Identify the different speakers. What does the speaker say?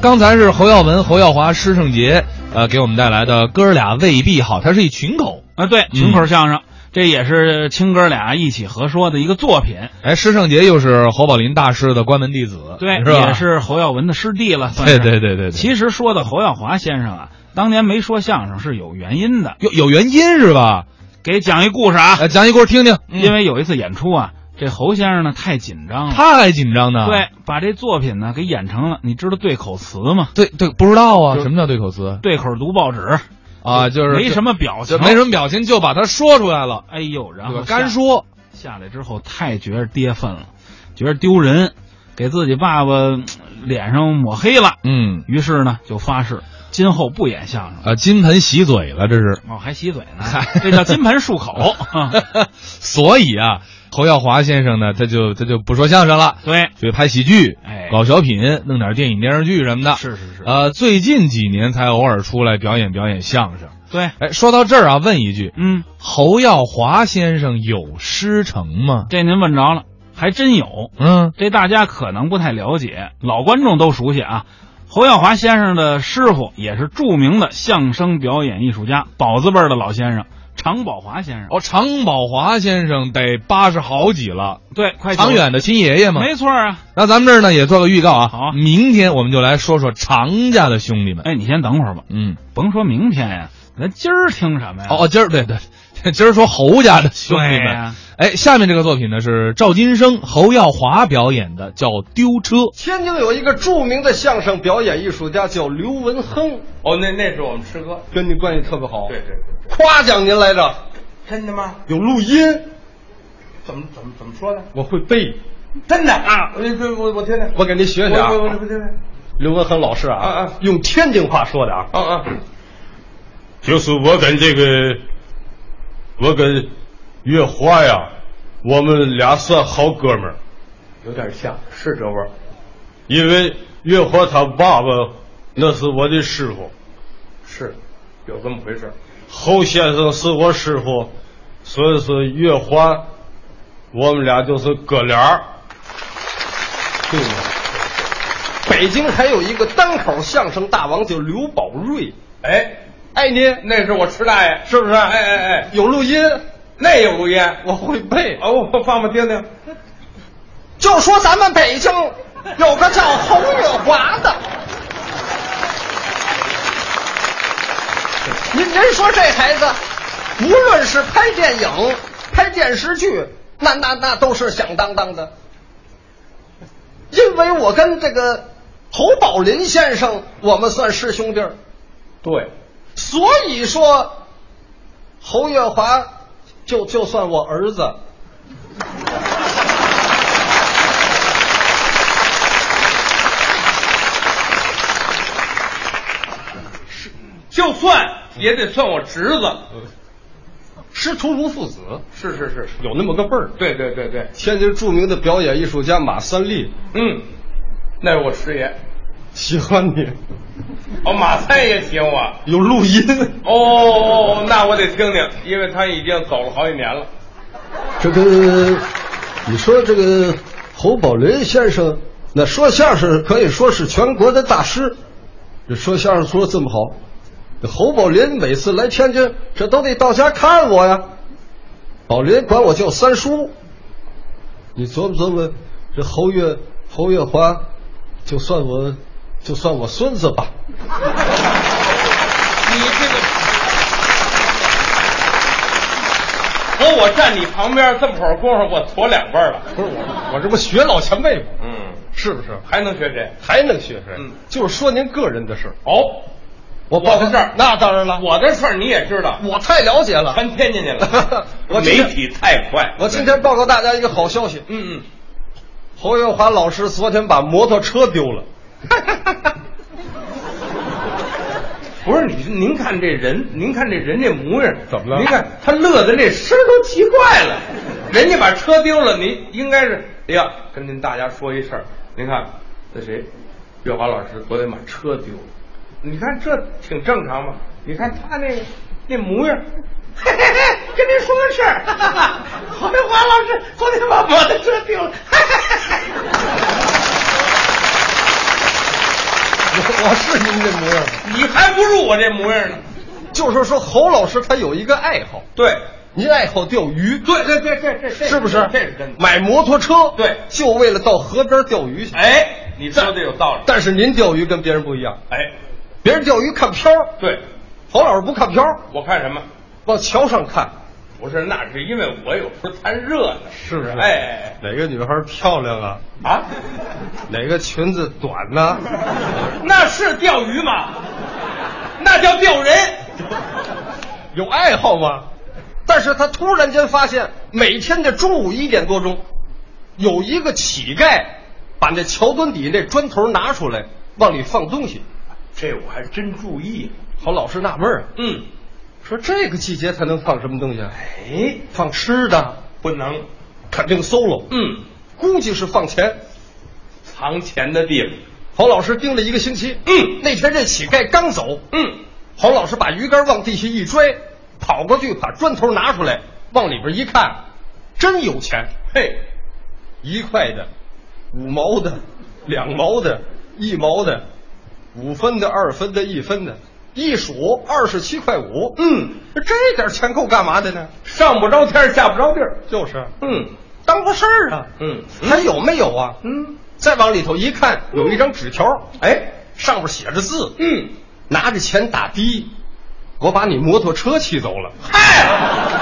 Speaker 1: 刚才是侯耀文、侯耀华、施圣杰，呃，给我们带来的哥俩未必好，它是一群口。
Speaker 2: 啊，对，群口相声，这也是亲哥俩一起合说的一个作品，
Speaker 1: 哎，施圣杰又是侯宝林大师的关门弟子，
Speaker 2: 对，
Speaker 1: 是吧？
Speaker 2: 也是侯耀文的师弟了，算
Speaker 1: 对
Speaker 2: 是。
Speaker 1: 对对对对，
Speaker 2: 其实说的侯耀华先生啊，当年没说相声是有原因的，
Speaker 1: 有有原因是吧？
Speaker 2: 给讲一故事啊，
Speaker 1: 呃，讲一给我听听，
Speaker 2: 因为有一次演出啊，这侯先生呢太紧张了，
Speaker 1: 他还紧张呢。
Speaker 2: 对，把这作品呢给演成了，你知道对口词吗？
Speaker 1: 对对，不知道啊，
Speaker 2: 就
Speaker 1: 什么叫对口词
Speaker 2: 对口读报纸
Speaker 1: 啊？就是
Speaker 2: 没什么表情
Speaker 1: 就，没什么表情，就把它说出来了，
Speaker 2: 哎呦，然
Speaker 1: 对
Speaker 2: 后
Speaker 1: 吧？干
Speaker 2: 下
Speaker 1: 说，
Speaker 2: 下来之后太觉着跌份了，觉着丢人，给自己爸爸嗯脸上抹黑了。
Speaker 1: 嗯，
Speaker 2: 于是呢，就发誓今后不演相声了。
Speaker 1: 啊，金盆洗嘴了，这是。
Speaker 2: 哦，还洗嘴 呢，这叫金盆漱口。啊
Speaker 1: 所以啊，侯耀华先生呢，他就他就不说相声了，
Speaker 2: 对，
Speaker 1: 去拍喜剧，
Speaker 2: 哎，
Speaker 1: 搞小品，弄点电影电视剧什么的。
Speaker 2: 是是是，
Speaker 1: 呃，最近几年才偶尔出来表演表演相声。
Speaker 2: 对，
Speaker 1: 哎，说到这儿啊，问一句，
Speaker 2: 嗯，
Speaker 1: 侯耀华先生有师承吗？
Speaker 2: 这您问着了，还真有。
Speaker 1: 嗯，
Speaker 2: 这大家可能不太了解，老观众都熟悉啊。侯耀华先生的师傅也是著名的相声表演艺术家，宝字辈儿的老先生常宝华先生。
Speaker 1: 哦，常宝华先生得八十好几了，
Speaker 2: 对，快
Speaker 1: 常远的亲爷爷嘛。
Speaker 2: 没错啊。
Speaker 1: 那咱们这儿呢也做个预告啊，
Speaker 2: 好啊
Speaker 1: 明天我们就来说说常家的兄弟们。
Speaker 2: 哎，你先等会儿吧，
Speaker 1: 嗯，
Speaker 2: 甭说明天呀，咱今儿听
Speaker 3: 啊
Speaker 2: 什么呀？
Speaker 1: 哦，哦，今儿对对，今儿说侯家的兄弟
Speaker 2: 对
Speaker 1: 们。
Speaker 3: 啊
Speaker 2: 呀，
Speaker 1: 哎，下面这个作品呢是赵金生、侯耀华表演的，叫《丢车》。
Speaker 4: 天津有一个著名的相声表演艺术家叫刘文亨，
Speaker 3: 哦，那那是我们师哥。
Speaker 4: 跟您关系特别好，
Speaker 3: 对对对对，
Speaker 4: 夸奖您来着，
Speaker 3: 真的吗？
Speaker 4: 有录音，
Speaker 3: 怎么怎么怎么说的？
Speaker 4: 我会背，
Speaker 3: 真的啊！我我我我听听，
Speaker 4: 我给您学学啊
Speaker 3: 我。我我我听听。
Speaker 4: 刘文亨老师啊，
Speaker 3: 啊啊
Speaker 4: 用天津话说的啊，
Speaker 3: 啊啊！就是我跟这个，我跟月华呀，我们俩是好哥们儿，
Speaker 4: 有点像，是这味儿。
Speaker 3: 因为月华他爸爸那是我的师傅，
Speaker 4: 是，有这么回事。
Speaker 3: 侯先生是我师傅，所以说月华，我们俩就是哥俩儿。对吗？
Speaker 4: 北京还有一个单口相声大王叫刘宝瑞，
Speaker 3: 哎，
Speaker 4: 爱您
Speaker 3: 那是我师大爷，是不是？哎哎哎，
Speaker 4: 有录音，
Speaker 3: 那有录音，
Speaker 4: 我会背。
Speaker 3: 哦，我放放听听。
Speaker 4: 就说咱们北京有个叫侯月华的，您您说这孩子，无论是拍电影、拍电视剧，那那那都是响当当的。因为我跟这个侯宝林先生，我们算师兄弟儿
Speaker 3: 对，
Speaker 4: 所以说侯月华就就算我儿子。
Speaker 3: 就算也得算我侄子。
Speaker 4: 师徒如父子，
Speaker 3: 是是是，
Speaker 4: 有那么个辈儿。
Speaker 3: 对对对对，
Speaker 4: 天津著名的表演艺术家马三立
Speaker 3: 嗯，那是我师爷。
Speaker 4: 喜欢你，
Speaker 3: 哦，马三爷喜欢我。
Speaker 4: 有录音，
Speaker 3: 哦哦哦，那我得听听，因为他已经走了好几年了。
Speaker 4: 这个你说这个侯宝林先生，那说相声可以说是全国的大师，这说相声说的这么好，这侯宝林每次来天津，这都得到家看我呀。宝林管我叫三叔，你琢磨琢磨，这侯月侯月华，就算我就算我孙子吧。
Speaker 3: 你这个和我站你旁边这么会儿功夫，我左两半了。
Speaker 4: 不是我，我这不学老前辈吗？
Speaker 3: 嗯，
Speaker 4: 是不是？
Speaker 3: 还能学谁？
Speaker 4: 还能学谁？
Speaker 3: 嗯
Speaker 4: 就是说您个人的事儿。
Speaker 3: 哦，
Speaker 4: 我
Speaker 3: 我的事儿
Speaker 4: 那当然了，
Speaker 3: 我的事儿你也知道，
Speaker 4: 我太了解了。。
Speaker 3: 搬天津去 了
Speaker 4: 我今
Speaker 3: 媒
Speaker 4: 天
Speaker 3: 体太快。
Speaker 4: 我今天报告大家一个好消息，
Speaker 3: 嗯嗯。
Speaker 4: 侯月华老师昨天把摩托车丢了。
Speaker 3: 不是你，您看这人，您看这人这模样
Speaker 4: 怎么了
Speaker 3: 您看他乐的这声儿都奇怪了。人家把车丢了，您应该是哎呀，跟您大家说一事儿。您看，这谁，月华老师昨天把车丢了，你看这挺正常嘛？你看他那那模样。嘿嘿嘿，跟您说个事儿， 侯月华老师昨天把我 的车丢了。嘿嘿嘿
Speaker 4: 我是您这模样吗？
Speaker 3: 你还不如我这模样呢。
Speaker 4: 就是说，侯老师他有一个爱好，
Speaker 3: 对，
Speaker 4: 您爱好钓鱼，
Speaker 3: 对对对对对，这
Speaker 4: 是不是？
Speaker 3: 这是真的。
Speaker 4: 买摩托车，
Speaker 3: 对
Speaker 4: 就为了到河边钓鱼去。
Speaker 3: 哎， 你说的有道理。
Speaker 4: 但是您钓鱼跟别人不一样，
Speaker 3: 哎，
Speaker 4: 别人钓鱼看漂儿，
Speaker 3: 对，
Speaker 4: 侯老师不看漂儿，
Speaker 3: 我看什么？
Speaker 4: 往桥上看。
Speaker 3: 不是，那是因为我有时候贪热呢，
Speaker 4: 是不是
Speaker 3: 哎
Speaker 4: 哪个女孩漂亮啊？
Speaker 3: 啊，
Speaker 4: 哪个裙子短呢、
Speaker 3: 那是钓鱼吗？ 那叫钓人。
Speaker 4: 有爱好吗？但是他突然间发现，每天的中午一点多钟，有一个乞丐把那桥墩底那砖头拿出来，往里放东西。
Speaker 3: 这我还真注意。
Speaker 4: 好，老师纳闷儿啊，
Speaker 3: 嗯，
Speaker 4: 说这个季节才能放什么东西啊？
Speaker 3: 哎，
Speaker 4: 放吃的，
Speaker 3: 不能，
Speaker 4: 肯定 solo。，
Speaker 3: 嗯，
Speaker 4: 估计是放钱。
Speaker 3: 藏钱的地方，
Speaker 4: 郝老师盯了一个星期。
Speaker 3: 嗯
Speaker 4: 那天这乞丐刚走，
Speaker 3: 嗯，
Speaker 4: 郝老师把鱼竿往地下一拽，跑过去把砖头拿出来，往里边一看，真有钱。
Speaker 3: 嘿，
Speaker 4: 一块的、五毛的、两毛的、一毛的、五分的、二分的、一分的，一数二十七块五。嗯，这点钱够干嘛的呢？
Speaker 3: 上不着天儿下不着地儿。
Speaker 4: 就是，
Speaker 3: 嗯
Speaker 4: 当回事儿啊。
Speaker 3: 嗯
Speaker 4: 还有没有啊？
Speaker 3: 嗯，
Speaker 4: 再往里头一看，有一张纸条，
Speaker 3: 哎，
Speaker 4: 上面写着字。
Speaker 3: 嗯，
Speaker 4: 拿着钱打的，我把你摩托车骑走了。
Speaker 3: 嗨，